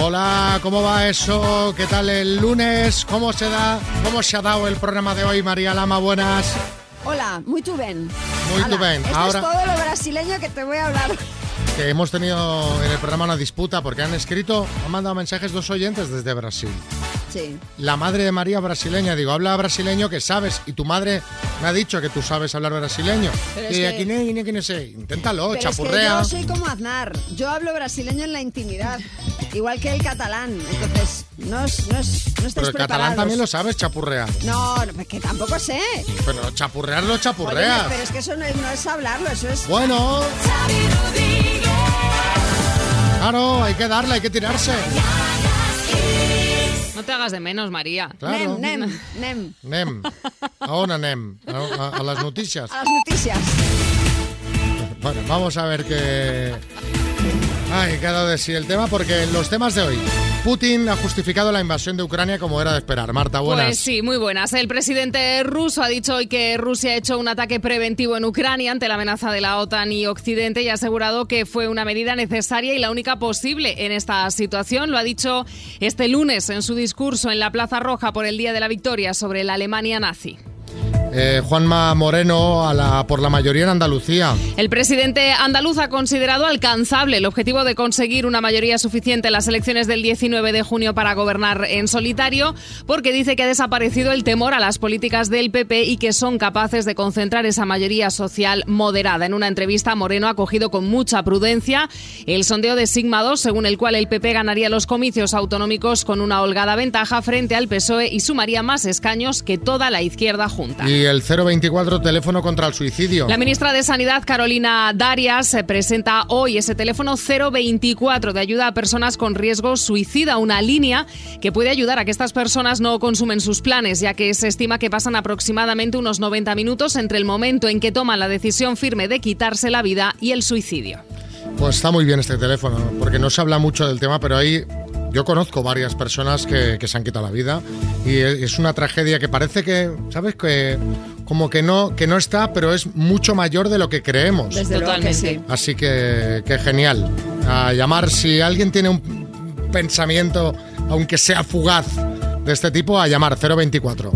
Hola, ¿cómo va eso? ¿Qué tal el lunes? ¿Cómo se da? ¿Cómo se ha dado el programa de hoy, María Lama? Buenas. Hola, muy tu ven. Muy Hala, tu ven. Esto Ahora- es todo lo brasileño que te voy a hablar. Que hemos tenido en el programa una disputa porque han escrito, han mandado mensajes dos oyentes desde Brasil. Sí. La madre de María brasileña, digo, habla brasileño que sabes y tu madre me ha dicho que tú sabes hablar brasileño. Pero Y es aquí que- no, no, que no sé, inténtalo, Pero es que chapurrea. yo soy como Aznar. Yo hablo brasileño en la intimidad, igual que el catalán. Entonces, no, es- no, es- no estáis Pero el catalán preparados. también lo sabes, chapurrea. No, no, pues que tampoco sé. Pero chapurrearlo, Oye, chapurreas. pero es que eso no es, no es hablarlo, eso es... Bueno. Claro, hay que darle, hay que tirarse. No te hagas de menos, María. Claro. Nem, nem, nem. Nem. Ahora nem. A, a- a las noticias. A las noticias. Bueno, vamos a ver qué... Ay, qué ha dado de sí el tema, porque los temas de hoy. Putin ha justificado la invasión de Ucrania como era de esperar. Marta, buenas. Pues sí, muy buenas. El presidente ruso ha dicho hoy que Rusia ha hecho un ataque preventivo en Ucrania ante la amenaza de la OTAN y Occidente y ha asegurado que fue una medida necesaria y la única posible en esta situación. Lo ha dicho este lunes en su discurso en la Plaza Roja por el Día de la Victoria sobre la Alemania nazi. Eh, Juanma Moreno a la, por la mayoría en Andalucía. El presidente andaluz ha considerado alcanzable el objetivo de conseguir una mayoría suficiente en las elecciones del 19 de junio para gobernar en solitario, porque dice que ha desaparecido el temor a las políticas del PP y que son capaces de concentrar esa mayoría social moderada. En una entrevista, Moreno ha cogido con mucha prudencia el sondeo de Sigma 2, según el cual el PP ganaría los comicios autonómicos con una holgada ventaja frente al PSOE E y sumaría más escaños que toda la izquierda junta. Y el 024, teléfono contra el suicidio. La ministra de Sanidad, Carolina Darias, eh, presenta hoy ese teléfono 024 de ayuda a personas con riesgo suicida, una línea que puede ayudar a que estas personas no consumen sus planes, ya que se estima que pasan aproximadamente unos 90 minutos entre el momento en que toman la decisión firme de quitarse la vida y el suicidio. Pues está muy bien este teléfono, porque no se habla mucho del tema, pero ahí yo conozco varias personas que, que se han quitado la vida y es es una tragedia que parece que, ¿sabes? Que como que no, que no está, pero es mucho mayor de lo que creemos. Desde luego que sí. Así que, que genial. A llamar, si alguien tiene un pensamiento, aunque sea fugaz, de este tipo, a llamar 024.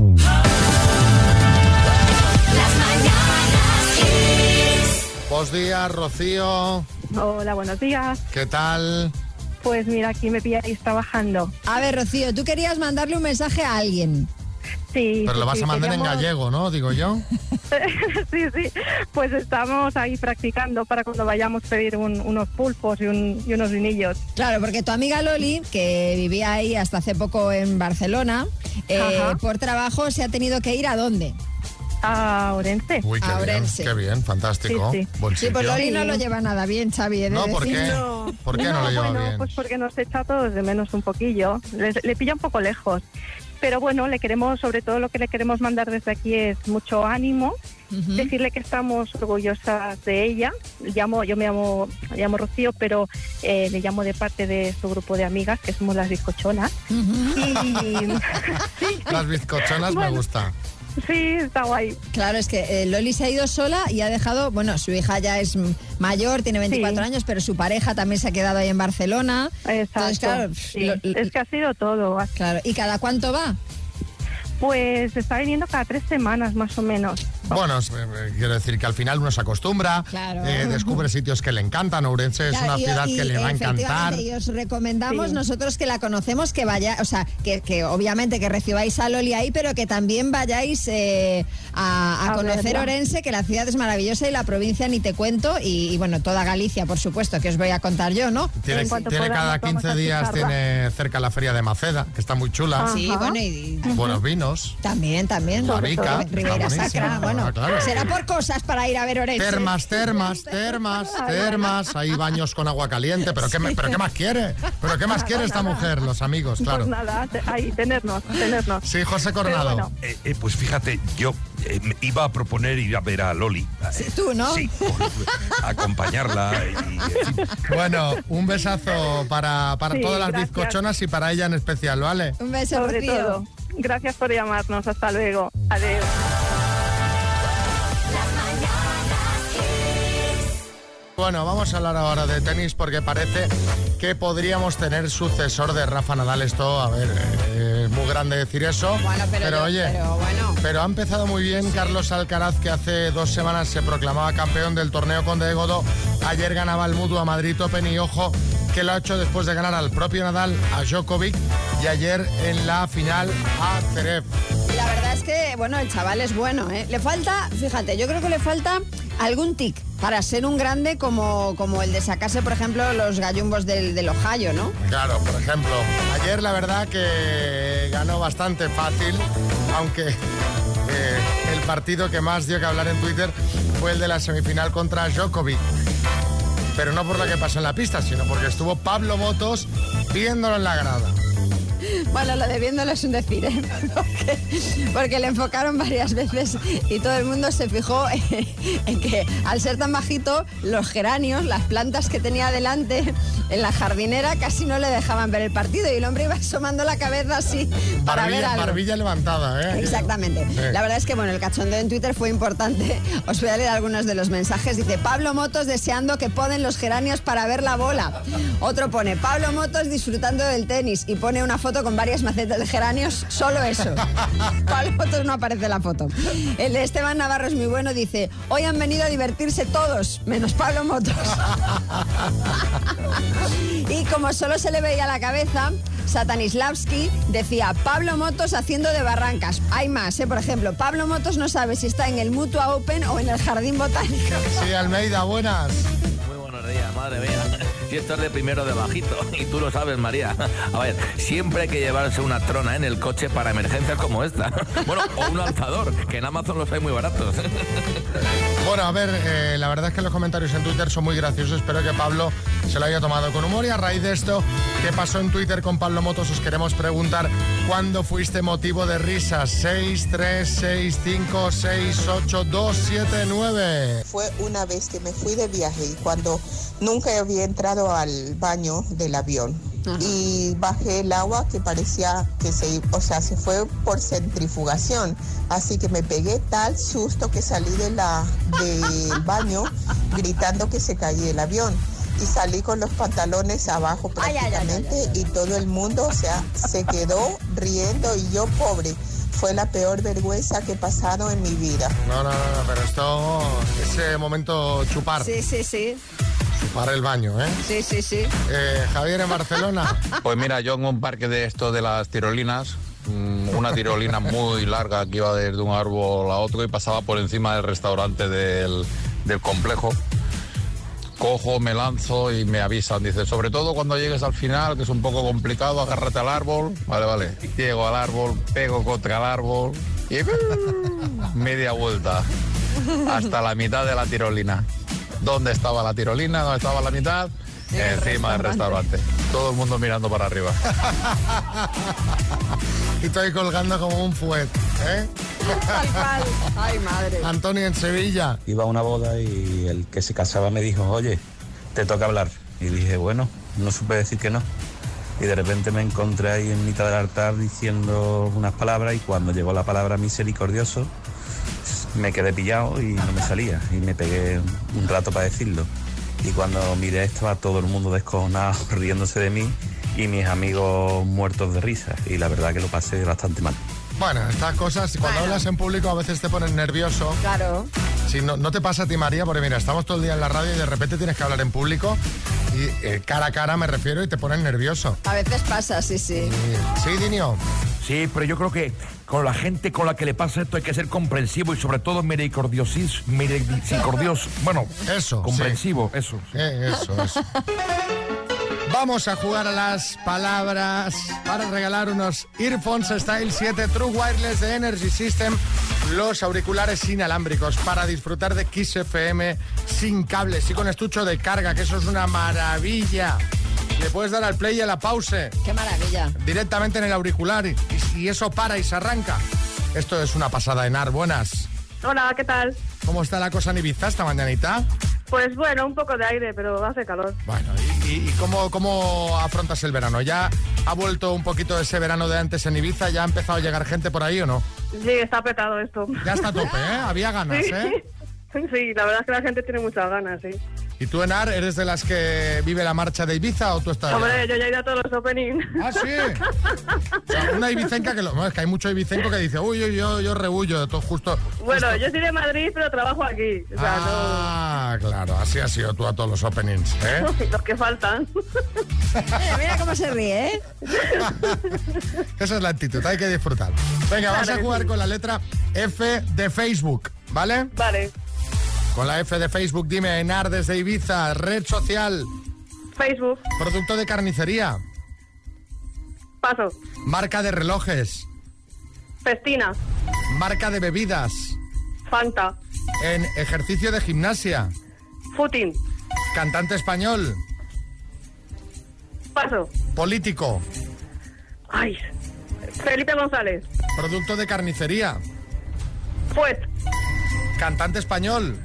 Buenos días, Rocío. Hola, buenos días. ¿Qué tal? Pues mira, aquí me pilláis trabajando. A ver, Rocío, tú querías mandarle un mensaje a alguien. Sí, Pero sí, lo vas sí, a mandar en queríamos- gallego, ¿no? Digo yo. sí, sí. Pues estamos ahí practicando para cuando vayamos a pedir un- unos pulpos y, un- y unos vinillos. Claro, porque tu amiga Loli, que vivía ahí hasta hace poco en Barcelona, eh, Ajá. por trabajo se ha tenido que ir a dónde. A Orense. Uy, qué A bien, Orense. qué bien, fantástico. Sí, sí. Buen Sí, pues sitio. Loli no lo lleva nada bien, Xavi. he de No, ¿por decir. qué? ¿Por qué no lo lleva bueno, bien? pues porque nos echa a todos de menos un poquillo. Les- le pilla un poco lejos. Pero bueno, le queremos, sobre todo lo que le queremos mandar desde aquí es mucho ánimo. Ujú. Decirle que estamos orgullosas de ella. Llamo, yo me llamo, me llamo Rocío, pero eh, le llamo de parte de su grupo de amigas, que somos las bizcochonas. Y- Las bizcochonas me Bueno. gusta. sí, está guay. Claro, es que eh, Loli se ha ido sola y ha dejado, bueno, su hija ya es mm, mayor, tiene 24 Sí. años, pero su pareja también se ha quedado ahí en Barcelona. Entonces, Exacto. claro, Sí, lo- lo- es que ha sido todo. Claro, ¿y cada cuánto va? Pues está viniendo cada tres semanas más o menos. Bueno, es- eh, quiero decir que al final uno se acostumbra, Claro. eh, descubre sitios que le encantan. Ourense es Claro, una y- ciudad y que le va a encantar. efectivamente, Y os recomendamos Sí. nosotros que la conocemos, que vaya, o sea, que, que obviamente que recibáis a Loli ahí, pero que también vayáis eh, a, a A conocer verla. Orense, que la ciudad es maravillosa y la provincia ni te cuento, y, y bueno, toda Galicia, por supuesto, que os voy a contar yo, ¿no? Tiene, En cuanto tiene podamos, cada vamos 15 a días, visitarla. tiene cerca la feria de Maceda, que está muy chula. Ah. Sí, Ajá. bueno, y Buenos vinos, También, también. la Sobre vica, todo. está Rivera buenísimo. Sacra, bueno, Ah, claro. será por cosas para ir a ver Orense. Termas, termas, termas, termas. Hay baños con agua caliente. ¿Pero qué, me- pero qué más quiere? ¿Pero qué más quiere esta mujer? Los amigos, claro. Pues nada, te- ahí, tenernos, tenernos. Sí, José Pero Coronado. bueno. Eh, eh, pues fíjate, yo eh, me iba a proponer ir a ver a Loli. Sí, tú, ¿no? Sí, con- acompañarla. y, en fin, Bueno, un besazo para, para Sí, todas las gracias. bizcochonas y para ella en especial, ¿vale? Un beso, Sobre Rocío. todo. Gracias por llamarnos. Hasta luego. Adiós. Bueno, vamos a hablar ahora de tenis porque parece que podríamos tener sucesor de Rafa Nadal. Esto, a ver, eh, es muy grande decir eso. Bueno, pero yo- oye, pero bueno. pero ha empezado muy bien Carlos Alcaraz, que hace dos semanas se proclamaba campeón del torneo Conde de Godó. Ayer ganaba el Mutua Madrid Open y ojo, que lo ha hecho después de ganar al propio Nadal, a Djokovic y ayer en la final a Zverev. Y La verdad es que, bueno, el chaval es bueno, ¿eh? Le falta, fíjate, yo creo que le falta algún tic para ser un grande como, como el de sacarse, por ejemplo, los gallumbos del, del Ohio, ¿no? Claro, por ejemplo, ayer la verdad que ganó bastante fácil, aunque eh, el partido que más dio que hablar en Twitter fue el de la semifinal contra Djokovic. Pero no por lo que pasó en la pista, sino porque estuvo Pablo Motos viéndolo en la grada. Bueno, lo de viéndolo es un decir, ¿eh? Porque, porque le enfocaron varias veces y todo el mundo se fijó en que al ser tan bajito, los geranios, las plantas que tenía delante en la jardinera, casi no le dejaban ver el partido y el hombre iba asomando la cabeza así para ver Barbilla, algo. barbilla levantada, ¿eh? Exactamente. Sí. La verdad es que bueno, el cachondeo en Twitter fue importante. Os voy a leer algunos de los mensajes. Dice Pablo Motos deseando que poden los geranios para ver la bola. Otro pone Pablo Motos disfrutando del tenis y pone una foto con varias macetas de geranios. Solo eso. Pablo Motos no aparece en la foto. El de Esteban Navarro es muy bueno. Dice hoy han venido a divertirse todos menos Pablo Motos. Y como solo se le veía la cabeza, Satanislavski decía Pablo Motos haciendo de barrancas. Hay más, ¿eh? por ejemplo, Pablo Motos no sabe si está en el Mutua Open o en el Jardín Botánico. Sí, Almeida, buenas. Muy buenos días, madre mía. Si esto es de primero de bajito, y tú lo sabes, María. A ver, siempre hay que llevarse una trona en el coche para emergencias como esta. Bueno, o un alzador, que en Amazon los hay muy baratos. Bueno, a ver, eh, la verdad es que los comentarios en Twitter son muy graciosos. Espero que Pablo se lo haya tomado con humor. Y a raíz de esto, ¿qué pasó en Twitter con Pablo Motos? Os queremos preguntar cuándo fuiste motivo de risa. 6, 3, 6, 5, 6, 8, 2, 7, 9. Fue una vez que me fui de viaje y cuando nunca había entrado al baño del avión y bajé el agua que parecía que se, o sea, se fue por centrifugación, así que me pegué tal susto que salí de la del baño gritando que se caía el avión. Y salí con los pantalones abajo Ay, ay, ay, ay, prácticamente ay, y todo el mundo, o sea, se quedó riendo y yo pobre. Fue la peor vergüenza que he pasado en mi vida. No, no, no, no, pero esto, ese momento chupar, Sí, sí, sí, chupar el baño, ¿eh? sí, sí, sí. Eh, Javier en Barcelona. Pues mira, yo en un parque de esto de las tirolinas, mm, una tirolina muy larga que iba desde un árbol a otro y pasaba por encima del restaurante del, del complejo. Cojo, me lanzo y me avisan. Dice, sobre todo cuando llegues al final, que es un poco complicado, agárrate al árbol. Vale, vale. Llego al árbol, pego contra el árbol y media vuelta hasta la mitad de la tirolina. ¿Dónde estaba la tirolina? ¿Dónde estaba la mitad? En el Encima del restaurante. Todo el mundo mirando para arriba. Y estoy colgando como un fuet, ¿eh? Tal cual. Ay, madre. Antonio en Sevilla. iba a una boda y el que se casaba me dijo, oye, te toca hablar. Y dije, bueno, no supe decir que no. Y de repente me encontré ahí en mitad del altar diciendo unas palabras y cuando llegó la palabra misericordioso, me quedé pillado y no me salía. Y me pegué un rato para decirlo. Y cuando miré estaba todo el mundo descojonado riéndose de mí y mis amigos muertos de risa. Y la verdad que lo pasé bastante mal. Bueno, estas cosas, cuando Bueno. hablas en público a veces te pones nervioso. Claro. Si no, no te pasa a ti, María, porque mira, estamos todo el día en la radio y de repente tienes que hablar en público y eh, cara a cara me refiero y te pones nervioso. A veces pasa, sí, sí. Y- Sí, Dinio. Sí, pero yo creo que con la gente con la que le pasa esto hay que ser comprensivo y sobre todo misericordiosis, misericordioso. Bueno, Eso, comprensivo, eso. sí. Eh, eso, eso. Vamos a jugar a las palabras para regalar unos Earphones Style 7 True Wireless de Energy System, los auriculares inalámbricos para disfrutar de Kiss FM sin cables y con estucho de carga, que eso es una maravilla. Le puedes dar al play y a la pause. Qué maravilla. directamente en el auricular y, y si eso para y se arranca. Esto es una pasada, Enar. Buenas. Hola, ¿qué tal? ¿Cómo está la cosa en Ibiza esta mañanita? Pues bueno, un poco de aire, pero hace calor. Bueno, ¿y, y- y cómo, cómo afrontas el verano? ¿Ya ha vuelto un poquito ese verano de antes en Ibiza? ¿Ya ha empezado a llegar gente por ahí o no? Sí, está petado esto. Ya está a tope, ¿eh? Había ganas, ¿eh? Sí, la verdad es que la gente tiene muchas ganas, sí. ¿Y tú, Enar, eres de las que vive la marcha de Ibiza o tú estás...? Hombre, yo ya he ido a todos los openings. Ah, sí. O sea, una ibicenca que lo... no, es que hay mucho ibicenco que dice, uy, yo, yo, yo rehuyo, todo justo... Bueno, yo soy de Madrid, pero trabajo aquí. O sea, Ah, claro, así has sido tú a todos los openings, ¿eh? no. Los que faltan. Mira, mira cómo se ríe, ¿eh? Esa es la actitud, hay que disfrutar. Venga, vamos a jugar con la letra F de Facebook, ¿vale? Vale. Con la F de Facebook, dime, Enar desde Ibiza, red social, Facebook, producto de carnicería, paso. marca de relojes, Festina, marca de bebidas, Fanta, en ejercicio de gimnasia, Footing, cantante español, paso. político, Ay. Felipe González, producto de carnicería, Fuet, cantante español,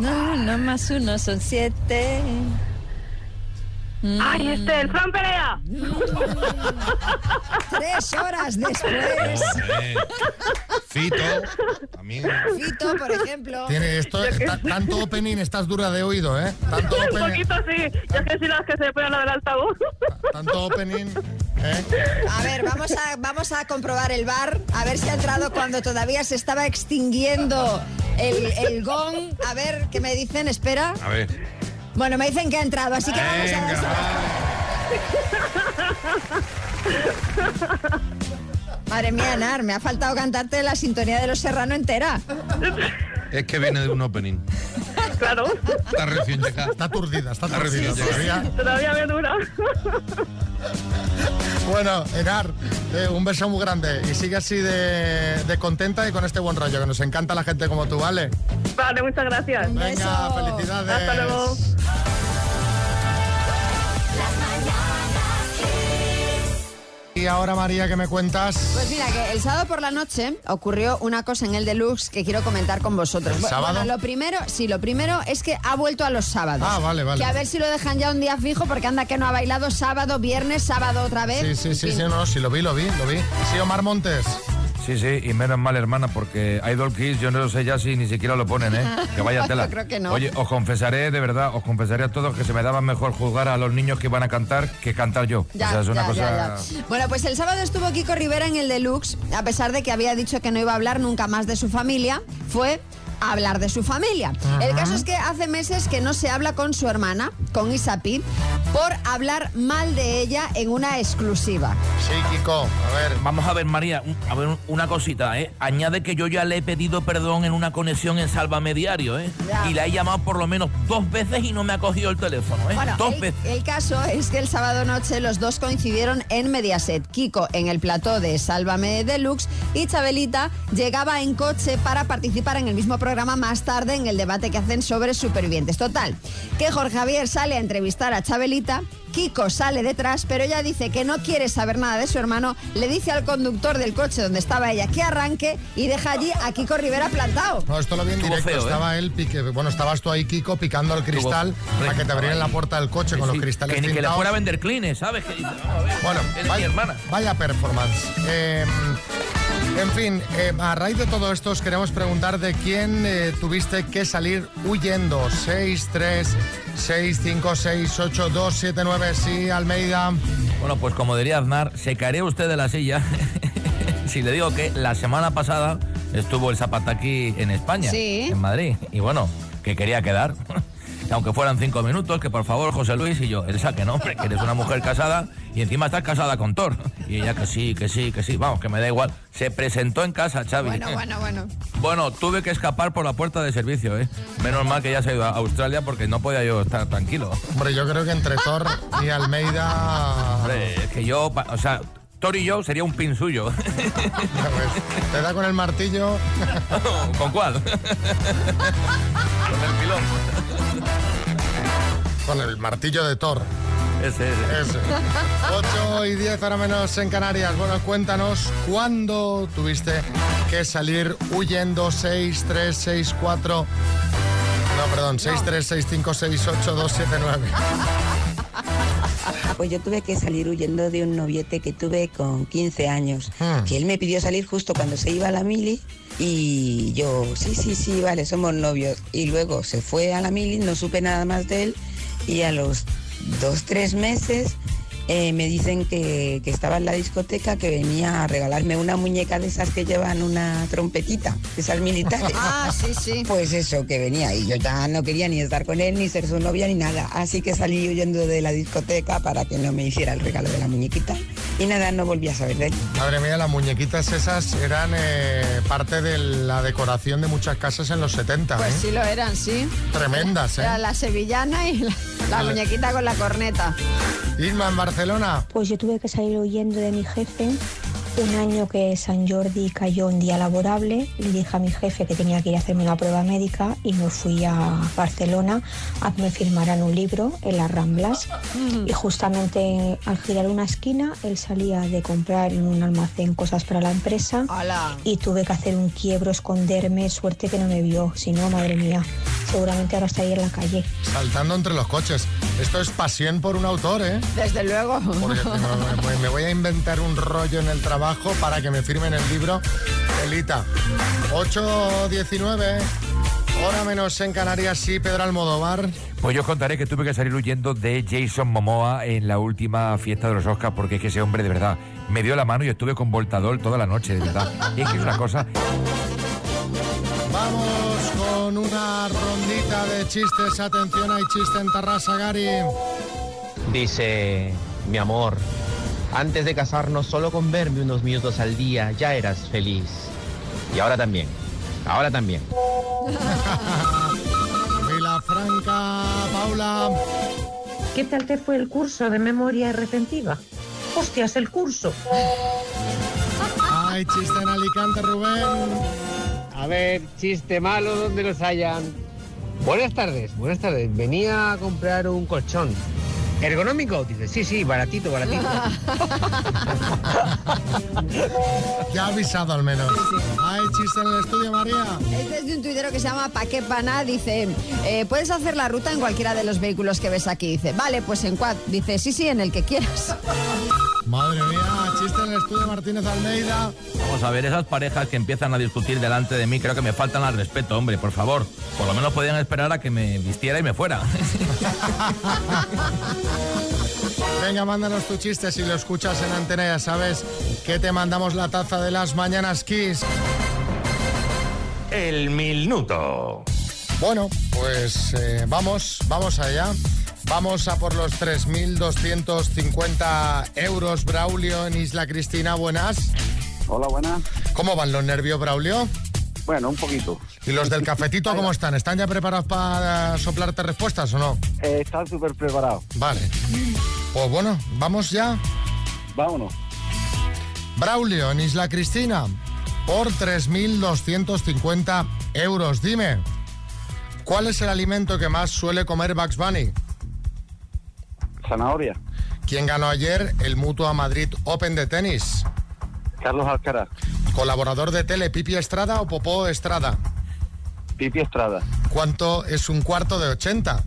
No, no más uno, son siete. Mm. Ay, este, el Fran Perea. Tres horas después, Hombre. Fito, también. Fito, por ejemplo. tiene esto, ta- tanto opening, estás dura de oído, ¿eh? Tanto Un opening, poquito sí. Yo es que sí las que se ponen la del altavoz. tanto opening, ¿eh? A ver, vamos a, vamos a comprobar el bar, a ver si ha entrado cuando todavía se estaba extinguiendo el, el gong. A ver, ¿qué me dicen? Espera. A ver. Bueno, me dicen que ha entrado, así Eh. que vamos a Venga, dárselo. va. Madre mía, Nar, me ha faltado cantarte la sintonía de los Serrano entera. Es que viene de un opening. Claro, Está recién llegada. Está aturdida, está aturdida Sí, sí, todavía. todavía me dura. Bueno, Enar, eh, un beso muy grande y sigue así de, de contenta y con este buen rollo, que nos encanta la gente como tú, ¿vale? Vale, muchas gracias. Venga, beso. felicidades. Hasta luego. Y ahora, María, ¿qué me cuentas? Pues mira, que el sábado por la noche ocurrió una cosa en el Deluxe que quiero comentar con vosotros. ¿El Bu- sábado? Bueno, lo primero, sí, lo primero es que ha vuelto a los sábados. Ah, vale, vale. Que a ver si lo dejan ya un día fijo porque anda que no ha bailado sábado, viernes, sábado otra vez. Sí, sí, En sí, fin. sí, no, sí, lo vi, lo vi, lo vi. Sí, Omar Montes. Sí, sí, y menos mal, hermana, porque Idol Kiss, yo no sé ya si ni siquiera lo ponen, ¿eh? Que vaya Yo tela. creo que no. Oye, os confesaré, de verdad, os confesaré a todos que se me daba mejor juzgar a los niños que iban a cantar que cantar yo. Ya, o sea, es una ya, cosa... ya, ya. Bueno, pues el sábado estuvo Kiko Rivera en el Deluxe, a pesar de que había dicho que no iba a hablar nunca más de su familia, fue a hablar de su familia. El caso es que hace meses que no se habla con su hermana, con Isapi, por hablar mal de ella en una exclusiva. Sí, Kiko, a ver. Vamos a ver, María, un- a ver un- una cosita, ¿eh? Añade que yo ya le he pedido perdón en una conexión en Sálvame Diario, ¿eh? Ya. Y la he llamado por lo menos dos veces y no me ha cogido el teléfono, ¿eh? Bueno, dos el, veces. el caso es que el sábado noche los dos coincidieron en Mediaset. Kiko en el plató de Sálvame Deluxe y Chabelita llegaba en coche para participar en el mismo programa más tarde en el debate que hacen sobre supervivientes. Total, que Jorge Javier sale a entrevistar a Chabelita. Kiko sale detrás, pero ella dice que no quiere saber nada de su hermano. Le dice al conductor del coche donde estaba ella que arranque y deja allí a Kiko Rivera plantado. No, esto lo vi en Estuvo directo. feo, ¿eh? Estaba él, pique- bueno, estabas tú ahí, Kiko, picando el cristal para que te abrieran la puerta del coche con los Sí, cristales que, ni que le pintados. fuera a vender clines, ¿sabes? Que dice, vamos a ver, Bueno, es mi vaya, hermana. vaya performance. Eh, en fin, eh, a raíz de todo esto os queremos preguntar de quién eh, tuviste que salir huyendo. 6, 3, 6, 5, 6, 8, 2, 7, 9. Sí, Almeida. Bueno, pues como diría Aznar, se caería usted de la silla si le digo que la semana pasada estuvo el Zapataki en España, Sí. en Madrid, y bueno, que quería quedar. Aunque fueran cinco minutos, que por favor, José Luis y yo, el saque, ¿no? Hombre, que eres una mujer casada y encima estás casada con Thor. Y ella que sí, que sí, que sí, vamos, que me da igual. Se presentó en casa, Xavi. Bueno, bueno, bueno. Bueno, tuve que escapar por la puerta de servicio, ¿eh? Menos mal que ya se ha ido a Australia porque no podía yo estar tranquilo. Hombre, yo creo que entre Thor y Almeida. Hombre, es que yo, pa- o sea, Thor y yo sería un pin suyo. ya ves, te da con el martillo. ¿Con cuál? Con el pilón. Con el martillo de Thor. Ese, ese. Eso. 8 y 10 ahora menos en Canarias. Bueno, cuéntanos cuándo tuviste que salir huyendo 6, 3, 6, 4. No, perdón, 6, 3, 6, 5, 6, 8, 2, 7, 9. Pues yo tuve que salir huyendo de un noviete que tuve con 15 años, Ah. que él me pidió salir justo cuando se iba a la mili y yo, sí, sí, sí, vale, somos novios. Y luego se fue a la mili, no supe nada más de él y a los dos, tres meses eh, me dicen que, que estaba en la discoteca, que venía a regalarme una muñeca de esas que llevan una trompetita, de esas militares. Ah, sí, sí. Pues eso, que venía y yo ya no quería ni estar con él, ni ser su novia, ni nada. Así que salí huyendo de la discoteca para que no me hiciera el regalo de la muñequita. Y nada, no volví a saber de él. Madre mía, las muñequitas esas eran eh, parte de la decoración de muchas casas en los 70. Pues ¿eh? sí lo eran, sí. Tremendas, ¿eh? Era la sevillana y la, la muñequita con la corneta. Irma en Barcelona. Pues yo tuve que salir huyendo de mi jefe. Un año que San Jordi cayó un día laborable, le dije a mi jefe que tenía que ir a hacerme una prueba médica y me fui a Barcelona a que me firmaran un libro en las Ramblas. Y justamente al girar una esquina, él salía de comprar en un almacén cosas para la empresa y tuve que hacer un quiebro, esconderme, suerte que no me vio, si no, madre mía, seguramente ahora estaría en la calle. Saltando entre los coches. Esto es pasión por un autor, ¿eh? Desde luego. Porque me- me, me voy a inventar un rollo en el trabajo para que me firmen el libro. Elita. 8.19. Hora menos en Canarias, sí, Pedro Almodóvar. Pues yo os contaré que tuve que salir huyendo de Jason Momoa en la última fiesta de los Oscars porque es que ese hombre de verdad me dio la mano y estuve con Voltador toda la noche, de verdad. Y es que es una cosa... Vamos con una rondita de chistes. Atención, hay chiste en Tarrasa, Gary. Dice, mi amor, antes de casarnos solo con verme unos minutos al día ya eras feliz. Y ahora también, ahora también. Vilafranca, Paula. ¿Qué tal te fue el curso de memoria retentiva? Hostias, el curso. Hay chiste en Alicante, Rubén. A ver, chiste malo donde los hayan. Buenas tardes, buenas tardes. Venía a comprar un colchón. ¿Ergonómico? Dice, sí, sí, baratito, baratito. Ya ha avisado al menos. Hay chiste en el estudio, María. Este es de un tuitero que se llama Paque Paná. Dice, eh, puedes hacer la ruta en cualquiera de los vehículos que ves aquí. Dice, vale, pues en cuál. Dice, sí, sí, en el que quieras. Madre mía, Ah, chiste en el estudio, Martínez Almeida. Vamos a ver, esas parejas que empiezan a discutir delante de mí, creo que me faltan al respeto, hombre, por favor. Por lo menos podían esperar a que me vistiera y me fuera. Venga, mándanos tu chiste si lo escuchas en antena, ya sabes que te mandamos la taza de las mañanas Kiss. El minuto. Bueno, pues eh, vamos, vamos allá. Vamos a por los 3.250 euros, Braulio, en Isla Cristina. Buenas. Hola, buenas. ¿Cómo van los nervios, Braulio? Bueno, un poquito. ¿Y los del cafetito cómo están? ¿Están ya preparados para soplarte respuestas o no? Eh, están súper preparados. Vale. Pues bueno, vamos ya. Vámonos. Braulio en Isla Cristina por 3.250 euros. Dime, ¿cuál es el alimento que más suele comer Bugs Bunny? Zanahoria. ¿Quién ganó ayer el Mutua Madrid Open de tenis? Carlos Alcaraz. ¿Colaborador de tele Pipi Estrada o Popó Estrada? Pipi Estrada. ¿Cuánto es un cuarto de 80?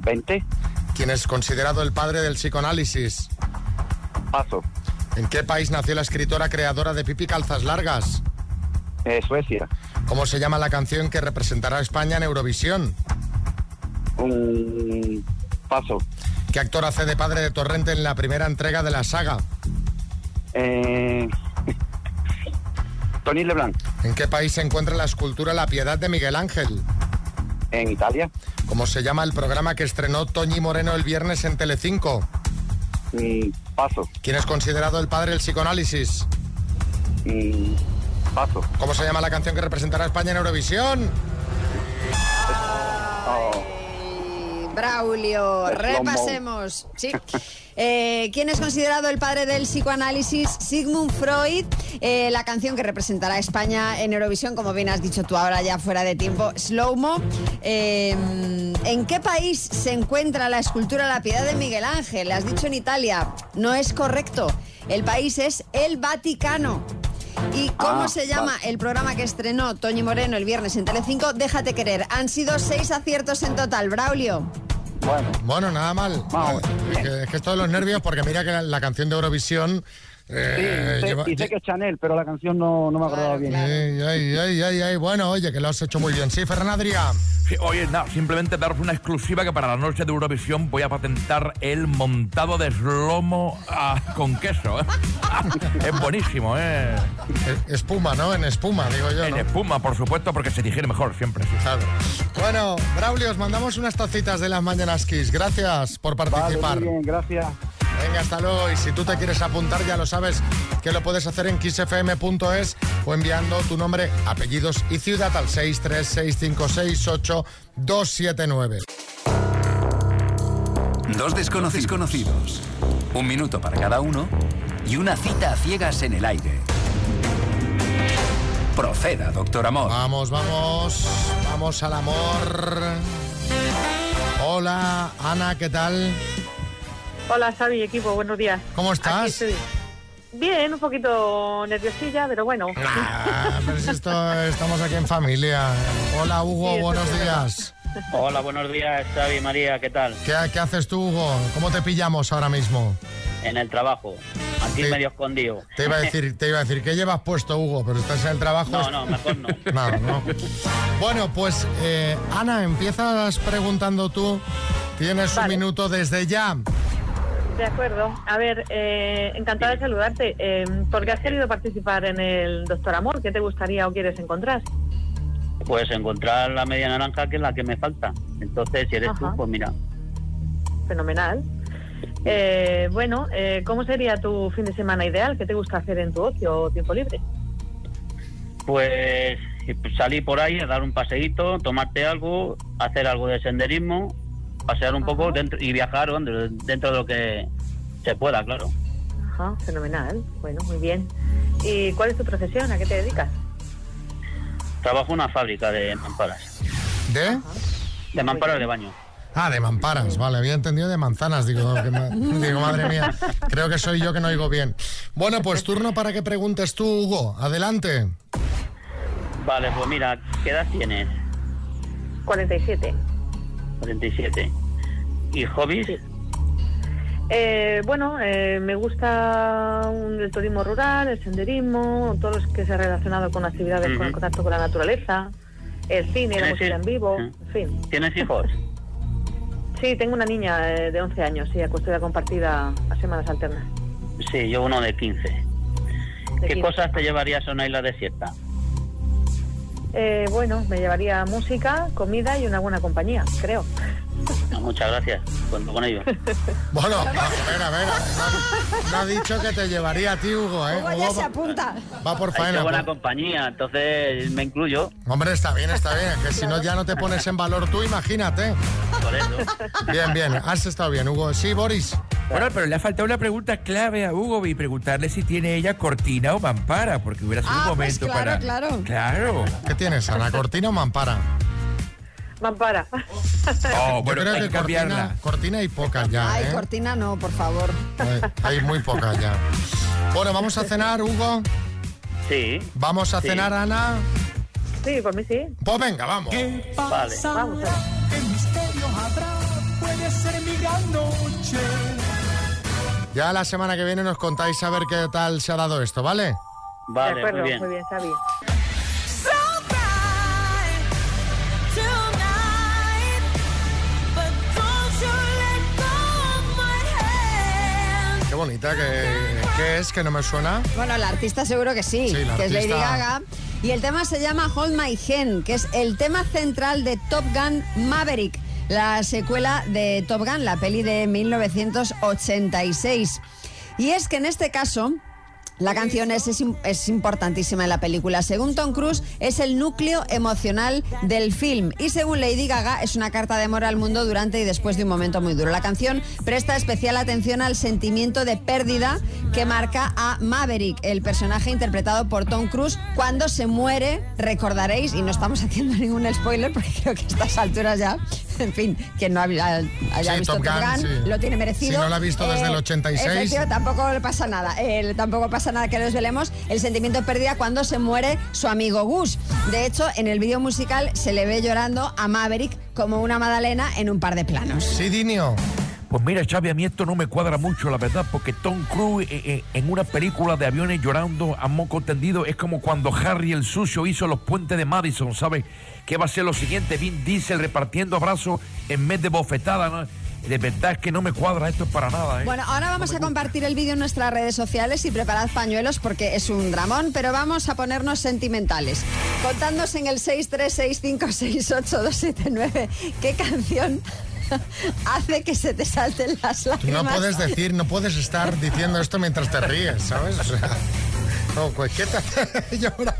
20. ¿Quién es considerado el padre del psicoanálisis? Paso. ¿En qué país nació la escritora creadora de Pipi Calzas Largas? Eh, Suecia. ¿Cómo se llama la canción que representará a España en Eurovisión? Un paso. ¿Qué actor hace de padre de Torrente en la primera entrega de la saga? Eh, Tony Leblanc. ¿En qué país se encuentra la escultura La Piedad de Miguel Ángel? En Italia. ¿Cómo se llama el programa que estrenó Toñi Moreno el viernes en Telecinco? Mm, paso. ¿Quién es considerado el padre del psicoanálisis? Mm, paso. ¿Cómo se llama la canción que representará a España en Eurovisión? Oh. Braulio, Slow-mo. repasemos. Sí. Eh, ¿Quién es considerado el padre del psicoanálisis? Sigmund Freud. Eh, la canción que representará a España en Eurovisión, como bien has dicho tú ahora ya fuera de tiempo, Slow Mo. Eh, ¿En qué país se encuentra la escultura La Piedad de Miguel Ángel? Has dicho en Italia. No es correcto. El país es el Vaticano. ¿Y cómo Ah, se llama el programa que estrenó Toñi Moreno el viernes en Telecinco? Déjate querer. Han sido seis aciertos en total, Braulio. Bueno. Bueno, nada mal. Es que, es que esto de los nervios, porque mira que la, la canción de Eurovisión. eh, sí, sé- lleva- y sé que es Chanel, pero la canción no, no me acordaba bien. Ay, ay, ay, ay, ay. Bueno, oye, que lo has hecho muy bien. Sí, Ferran Adrià. Sí, Oye, nada, simplemente daros una exclusiva que para la noche de Eurovisión voy a patentar el montado de slomo ah, con queso. ¿eh? es buenísimo, ¿eh? Espuma, ¿no? En espuma, digo yo. En espuma, por supuesto, porque se digiere mejor siempre. Claro. Bueno, Braulio, os mandamos unas tacitas de las mañanas Kiss. Gracias por participar. Vale, muy bien, gracias. Venga, hasta luego. Y si tú te quieres apuntar, ya lo sabes, que lo puedes hacer en kissfm.es o enviando tu nombre, apellidos y ciudad al 636568279. Dos desconocidos conocidos. Un minuto para cada uno y una cita a ciegas en el aire. Proceda, doctor Amor. Vamos, vamos, vamos al amor. Hola, Ana, ¿qué tal? Hola, Xavi, equipo, buenos días. ¿Cómo estás? Bien, un poquito nerviosilla, pero bueno. Ah, pero si esto- estamos aquí en familia. Hola, Hugo, buenos días. Hola, buenos días, Xavi y María, ¿qué tal? ¿Qué, qué haces tú, Hugo? ¿Cómo te pillamos ahora mismo? En el trabajo, aquí medio escondido. Te iba a decir, te iba a decir, ¿qué llevas puesto, Hugo? Pero estás en el trabajo. No, no, mejor no. Nada, no. Bueno, pues eh, Ana, empiezas preguntando tú. Tienes un minuto desde ya. De acuerdo. A ver, eh, encantada de saludarte. Eh, ¿Por qué has querido participar en el Doctor Amor? ¿Qué te gustaría o quieres encontrar? Pues encontrar la media naranja que es la que me falta. Entonces, si eres Ajá. tú, pues mira. Fenomenal. Eh, bueno, eh, ¿cómo sería tu fin de semana ideal? ¿Qué te gusta hacer en tu ocio o tiempo libre? Pues salir por ahí a dar un paseíto, tomarte algo, hacer algo de senderismo, pasear un poco dentro y viajar dentro, dentro de lo que se pueda, claro. Ajá, fenomenal. Bueno, muy bien. ¿Y cuál es tu profesión? ¿A qué te dedicas? Trabajo en una fábrica de mamparas. ¿De? De mamparas de baño. Ah, de mamparas, vale, había entendido de manzanas, digo, que ma- digo, madre mía, creo que soy yo que no oigo bien. Bueno, pues turno para que preguntes tú, Hugo, adelante. Vale, pues mira, ¿qué edad tienes? 47. 47. ¿Y hobbies? Eh, bueno, eh, me gusta un- el turismo rural, el senderismo, todo lo que se ha relacionado con actividades con Ujú. contacto con la naturaleza, el cine, la ¿Tienes música hijos? en vivo, en fin. ¿Tienes hijos? Sí, tengo una niña eh, de 11 años y a custodia compartida a semanas alternas. Sí, yo uno de 15. De ¿Qué 15. cosas te llevarías a una isla desierta? Eh, bueno, me llevaría música, comida y una buena compañía, creo. Ah, muchas gracias. Cuento con ello. Bueno, a ver, a ver, no ha dicho que te llevaría a ti, Hugo, ¿eh? Hugo ya Hugo se apunta. va por Hay que faena. buena pues. compañía, entonces me incluyo. Hombre, está bien, está bien, que si no ya no te pones en valor tú, imagínate. Por eso. Bien, bien, has estado bien, Hugo. Sí, Boris. Bueno, pero le ha faltado una pregunta clave a Hugo y preguntarle si tiene ella cortina o mampara, porque hubiera sido un Ah, pues momento para. Ah, pues claro. Claro. ¿Qué tienes, Ana, cortina o mampara? Mampara. Oh, bueno, Yo creo hay que, que cambiarla. cortina, cortina hay pocas ya, Ay, ¿eh? cortina no, por favor. Hay, hay muy pocas ya. Bueno, vamos a cenar, Hugo. Sí. Vamos a Sí. cenar, Ana. Sí, por mí sí. Pues venga, vamos. Vale. Vamos. ¿Qué misterio habrá? Puede ser mi gran noche. Ya la semana que viene nos contáis a ver qué tal se ha dado esto, ¿vale? de acuerdo, muy bien, Xavi. pues. Qué bonita que, que es, que no me suena. Bueno, la artista seguro que sí, Sí, la que es Lady artista. Gaga. Y el tema se llama Hold My Hand, que es el tema central de Top Gun Maverick, la secuela de Top Gun, la peli de 1986. Y es que en este caso... La canción es, es im- es importantísima en la película. Según Tom Cruise, es el núcleo emocional del film. Y según Lady Gaga, es una carta de amor al mundo durante y después de un momento muy duro. La canción presta especial atención al sentimiento de pérdida que marca a Maverick, el personaje interpretado por Tom Cruise, cuando se muere, recordaréis, y no estamos haciendo ningún spoiler porque creo que a estas alturas ya en fin, quien no haya, haya Sí, visto Top Top Gun, Gun, sí. lo tiene merecido. Eh, Si no la ha visto desde el 86. efectivamente, tampoco le pasa nada. Eh, tampoco pasa nada que nos velemos el sentimiento de pérdida cuando se muere su amigo Gus. De hecho, en el vídeo musical se le ve llorando a Maverick como una Madalena en un par de planos. Sí, Dinio. Pues mira, Xavi, a mí esto no me cuadra mucho, la verdad, porque Tom Cruise eh, eh, en una película de aviones llorando a moco tendido es como cuando Harry el sucio hizo los puentes de Madison, ¿sabes? ¿Qué va a ser lo siguiente? Vin Diesel repartiendo abrazos en vez de bofetadas, ¿no? De verdad es que no me cuadra esto para nada, ¿eh? Bueno, ahora vamos a compartir el vídeo en nuestras redes sociales y preparad pañuelos porque es un dramón, pero vamos a ponernos sentimentales. Contadnos en el 636568279 qué canción hace que se te salten las No lágrimas. puedes decir, no puedes estar diciendo esto mientras te ríes, ¿sabes? O sea, no, pues, ¿qué te hace llorar?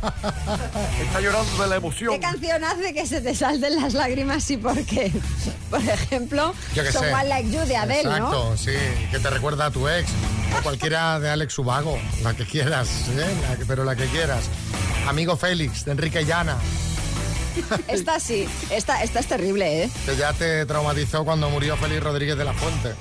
Está llorando de la emoción. ¿Qué canción hace que se te salten las lágrimas y por qué? Por ejemplo, Yo qué sé. Someone Like You de Adele, Exacto, ¿no? sí, que te recuerda a tu ex. O cualquiera de Alex Ubago, la que quieras, ¿eh? La que- pero la que quieras. Amigo Félix, de Enrique Llana, Esta sí, esta, esta es terrible, ¿eh? que ya te traumatizó cuando murió Félix Rodríguez de la Fuente.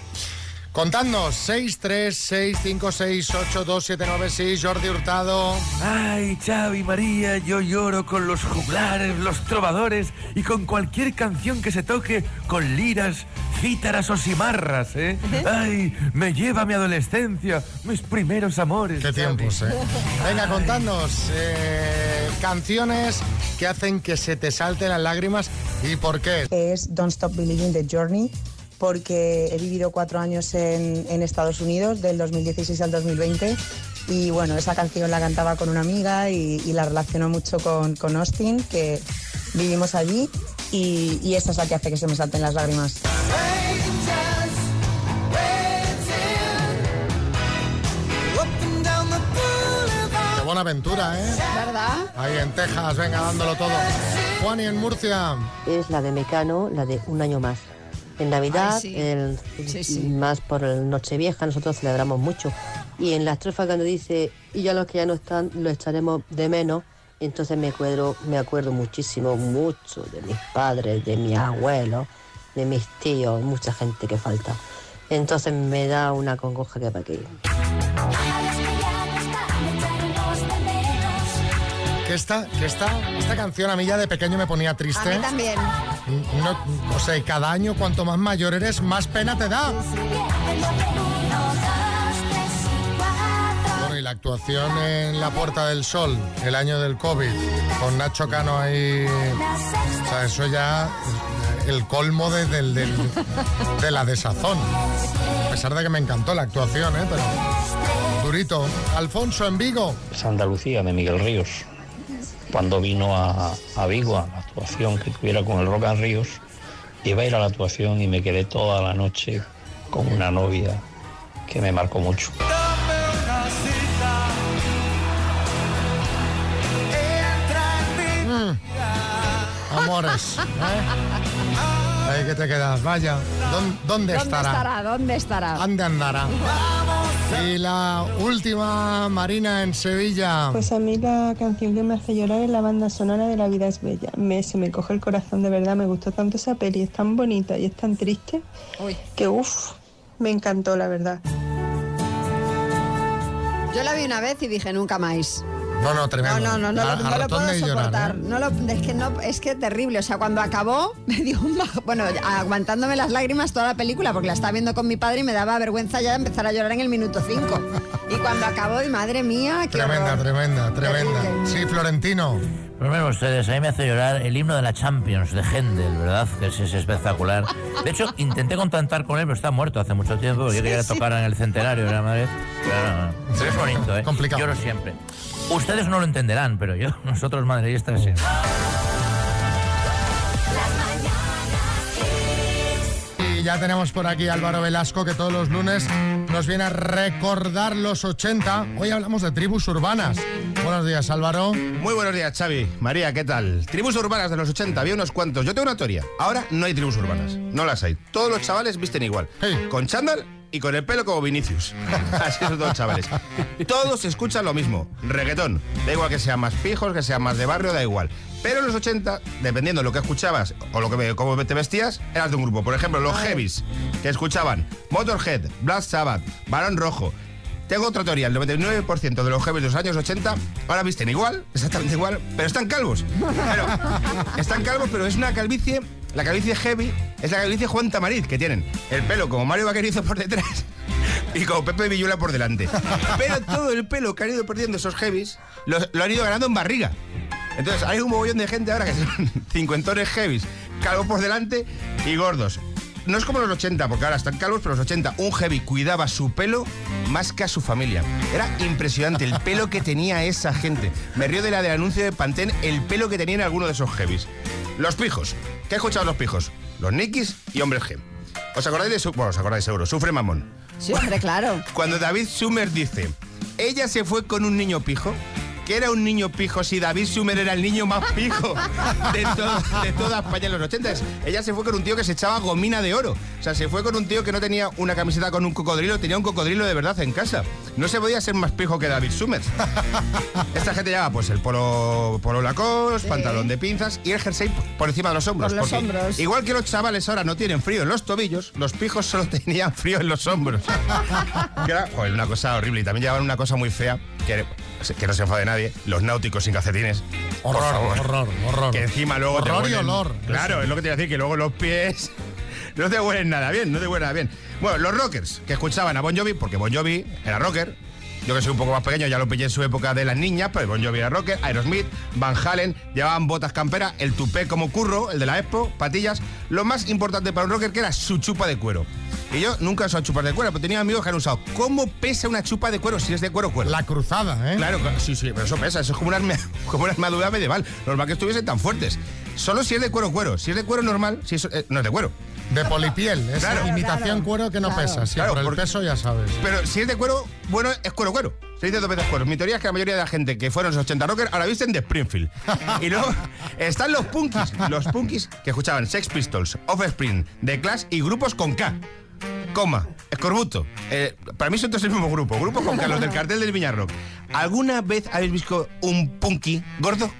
Contadnos, 636568279, Jordi Hurtado. Ay, Xavi, María, yo lloro con los juglares, los trovadores y con cualquier canción que se toque con liras, cítaras o cimarras, ¿eh? Ay, me lleva a mi adolescencia, mis primeros amores. Qué tiempos, ¿eh? Venga, contadnos eh, canciones que hacen que se te salten las lágrimas y por qué. Es Don't Stop Believing the Journey, porque he vivido cuatro años en, en Estados Unidos, del 2016 al 2020. Y bueno, esa canción la cantaba con una amiga y, y la relaciono mucho con, con Austin, que vivimos allí. Y, y esa es la que hace que se me salten las lágrimas. Qué buena aventura, ¿eh? ¿Verdad? Ahí en Texas, venga, dándolo todo. Juan y en Murcia. es la de Mecano, la de Un año más. En Navidad, Ay, sí. el- más por el Nochevieja, nosotros celebramos mucho. Y en la estrofa cuando dice, y ya los que ya no están, lo echaremos de menos, entonces me acuerdo, me acuerdo muchísimo, mucho de mis padres, de mis abuelos, de mis tíos, mucha gente que falta. Entonces me da una congoja que para qué. Que esta, que esta, esta canción a mí ya de pequeño me ponía A triste. mí también. No, o sea, y cada año cuanto más mayor eres, más pena te da. Bueno, y la actuación en La Puerta del Sol, el año del COVID, con Nacho Cano ahí. O sea, eso ya es el colmo de, del- del- de la desazón. A pesar de que me encantó la actuación, ¿eh? Pero. Durito. Alfonso en Vigo. Santa Lucía de Miguel Ríos. Cuando vino a, a Vigo a la actuación que tuviera con el Rock and Ríos, iba a ir a la actuación y me quedé toda la noche con una novia que me marcó mucho. Ah. Mm. Amores. ¿eh? Ahí que te quedas, vaya. ¿Dónde, dónde ¿Dónde estará? ¿Dónde estará? ¿Dónde andará? Y la última, Marina en Sevilla. Pues a mí la canción que me hace llorar es la banda sonora de La vida es bella. Me, se me coge el corazón de verdad, me gustó tanto esa peli, es tan bonita y es tan triste que uff, me encantó la verdad. Yo la vi una vez y dije nunca más. No, no, No, tremendo. no, no, no, A- lo- a no lo ratón puedo de llorar, soportar. ¿eh? No lo- es que no, es que terrible. O sea, cuando acabó me dio un bajo, bueno, aguantándome las lágrimas toda la película porque la estaba viendo con mi padre y me daba vergüenza ya empezar a llorar en el minuto 5. Y cuando acabó, y madre mía, qué ¿eh? Tremenda, horror. tremenda, tremenda. Sí, Florentino. Pues miren ustedes, a mí me hace llorar el himno de la Champions de Händel, ¿verdad? Que es, es espectacular. De hecho, intenté contactar con él, pero está muerto hace mucho tiempo. porque Yo quería tocar en el centenario de la madre. Pero, no, pero es bonito, ¿eh? Complicado. Lloro siempre. Ustedes no lo entenderán, pero yo, nosotros madridistas, sí. Y ya tenemos por aquí a Álvaro Velasco, que todos los lunes nos viene a recordar los 80. Hoy hablamos de tribus urbanas. Buenos días, Álvaro. Muy buenos días, Xavi. María, ¿qué tal? Tribus urbanas de los 80, había unos cuantos. Yo tengo una teoría. Ahora no hay tribus urbanas. No las hay. Todos los chavales visten igual. Con chándal y con el pelo como Vinicius. Así son todos chavales. Todos escuchan lo mismo, reggaetón. Da igual que sean más fijos, que sean más de barrio, da igual. Pero en los 80, dependiendo de lo que escuchabas o lo que, cómo te vestías, eras de un grupo. Por ejemplo, los heavies, que escuchaban Motorhead, Black Sabbath, Barón Rojo, tengo otra teoría, el 99% de los heavies de los años 80 ahora visten igual, exactamente igual, pero están calvos. Claro, están calvos, pero es una calvicie, la calvicie heavy es la calvicie Juan Tamariz que tienen. El pelo como Mario Vaquerizo por detrás y como Pepe Villuela por delante. Pero todo el pelo que han ido perdiendo esos heavies lo, lo han ido ganando en barriga. Entonces hay un mogollón de gente ahora que son cincuentones heavies, calvos por delante y gordos. No es como los 80, porque ahora están calvos, pero los 80 un heavy cuidaba su pelo más que a su familia. Era impresionante el pelo que tenía esa gente. Me río de la del anuncio de Pantene, el pelo que tenían algunos de esos heavies. Los pijos. ¿Qué he escuchado los pijos? Los Nikis y Hombres G. ¿Os acordáis de su... Bueno, os acordáis seguro. Sufre mamón. Sí, hombre, claro. Cuando David Sumer dice, ella se fue con un niño pijo, que era un niño pijo si David Sumer era el niño más pijo de, to- de toda España en los 80. Ella se fue con un tío que se echaba gomina de oro. O sea, se fue con un tío que no tenía una camiseta con un cocodrilo, tenía un cocodrilo de verdad en casa. No se podía ser más pijo que David Sumer. Esta gente llevaba pues el polo, polo Lacoste, pantalón de pinzas y el jersey por encima de los hombros. Por los porque hombros. Igual que los chavales ahora no tienen frío en los tobillos, los pijos solo tenían frío en los hombros. Que era, joder, una cosa horrible. Y también llevaban una cosa muy fea, que, que no se enfade nadie, los náuticos sin calcetines. Horror, Por favor. horror, horror. Que encima luego te Horror y huelen- olor. Claro, Eso. es lo que te iba a decir, que luego los pies no te huelen nada bien, no te huelen nada bien. Bueno, los rockers, que escuchaban a Bon Jovi, porque Bon Jovi era rocker. Yo que soy un poco más pequeño, ya lo pillé en su época de las niñas, pero Bon Jovi era rocker, Aerosmith, Van Halen, llevaban botas camperas, el tupé como curro, el de la Expo, patillas. Lo más importante para un rocker que era su chupa de cuero. Y yo nunca he usado chupas de cuero, pero tenía amigos que han usado. ¿Cómo pesa una chupa de cuero si es de cuero cuero? La cruzada, ¿eh? Claro, claro, sí, sí, pero eso pesa, eso es como una, arma- como una armadura medieval. Normal que estuviesen tan fuertes. Solo si es de cuero cuero. Si es de cuero normal, si es- eh, no es de cuero. De polipiel, es Claro. imitación cuero que no Claro. pesa. Sí, Claro, por el porque- peso ya sabes. Pero si es de cuero, bueno, es cuero cuero. Se dice dos veces cuero. Mi teoría es que la mayoría de la gente que fueron los 80 rockers ahora visten de Springfield. Y luego están los punkis. Los punkis que escuchaban Sex Pistols, Offspring, The Clash y grupos con K. Coma, Escorbuto. Eh, para mí son todos el mismo grupo. Grupos con K, los del cartel del Viñarrock. ¿Alguna vez habéis visto un punky gordo?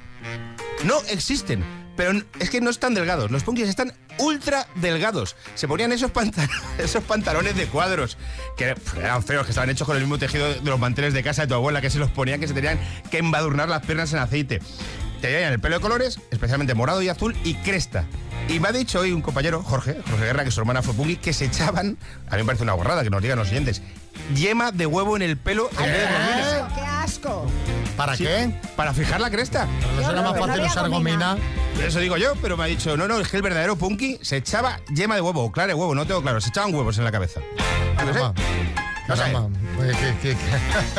No existen. Pero n- es que no están delgados. Los punkis están ultra delgados. Se ponían esos, pantal- esos pantalones de cuadros que pf, eran feos, que estaban hechos con el mismo tejido de los manteles de casa de tu abuela, que se los ponían, que se tenían que embadurnar las piernas en aceite. Tenían el pelo de colores, especialmente morado y azul, y cresta. Y me ha dicho hoy un compañero, Jorge, Jorge Guerra, que su hermana fue punky, que se echaban, a mí me parece una borrada que nos digan los oyentes, yema de huevo en el pelo en vez de gomina. ¡Qué asco! ¿Para qué? Para fijar la cresta. no será más fácil usar gomina. Eso digo yo, pero me ha dicho, no, no, es que el verdadero punky se echaba yema de huevo, claro, de huevo, no tengo claro, se echaban huevos en la cabeza. No sé. No sé. Caramba. pues, Oye, que- que-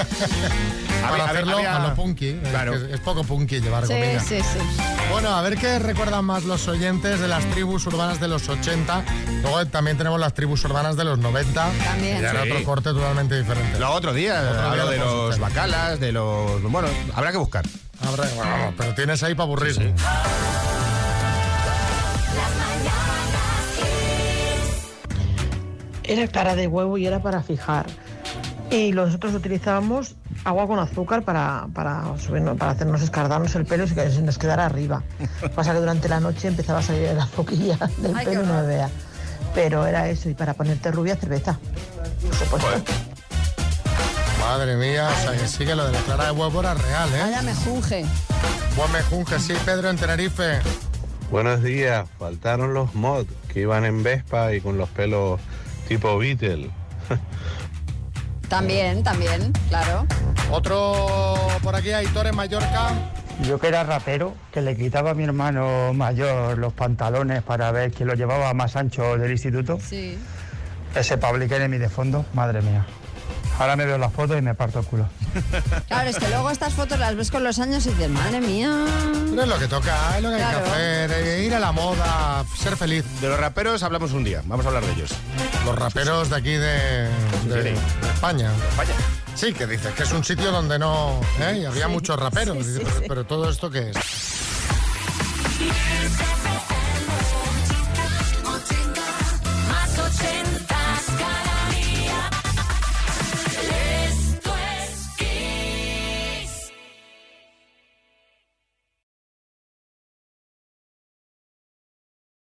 que- Había- Para había- hacerlo había- a lo punky. es Claro. que Es, es poco punky llevar Sí, gomina. sí, sí. Bueno, a ver qué recuerdan más los oyentes de las tribus urbanas de los 80. Luego también tenemos las tribus urbanas de los 90. También. Que Era Sí. otro corte totalmente diferente. Lo hago otro día, Otro día hablo lo de podemos los hacer. bacalas, de los... Bueno, habrá que buscar. Habrá- bueno, pero tienes ahí para aburrir. Era clara de huevo y era para fijar. Y nosotros utilizábamos agua con azúcar para, para, subirnos- para hacernos escardarnos el pelo y que se nos quedara arriba. Pasa que durante la noche empezaba a salir la foquilla del Ay, qué pelo, no horror. me vea. Pero era eso, y para ponerte rubia, cerveza. Por supuesto. Madre mía, o sea que sí que lo de la clara de huevo era real, ¿eh? Vaya mejunje. Buen mejunje, sí, Pedro, en Tenerife. Buenos días, faltaron los mods que iban en Vespa y con los pelos tipo Beatle. También, también, claro. Otro por aquí, Aitor en Mallorca. Yo que era rapero, que le quitaba a mi hermano mayor los pantalones para ver quién lo llevaba más ancho del instituto. Sí. Ese public enemy de fondo, madre mía. Ahora me veo las fotos y me parto el culo. Claro, es que luego estas fotos las ves con los años y dices, madre mía. Pero es lo que toca, es lo que hay Claro. que hacer, eh, ir a la moda, ser feliz. De los raperos hablamos un día, vamos a hablar de ellos. Los raperos de aquí de, de Sí, España. Sí, que dices que es un sitio donde no. ¿eh? Y había muchos raperos. Dices, pero, pero todo esto qué es. Fiesta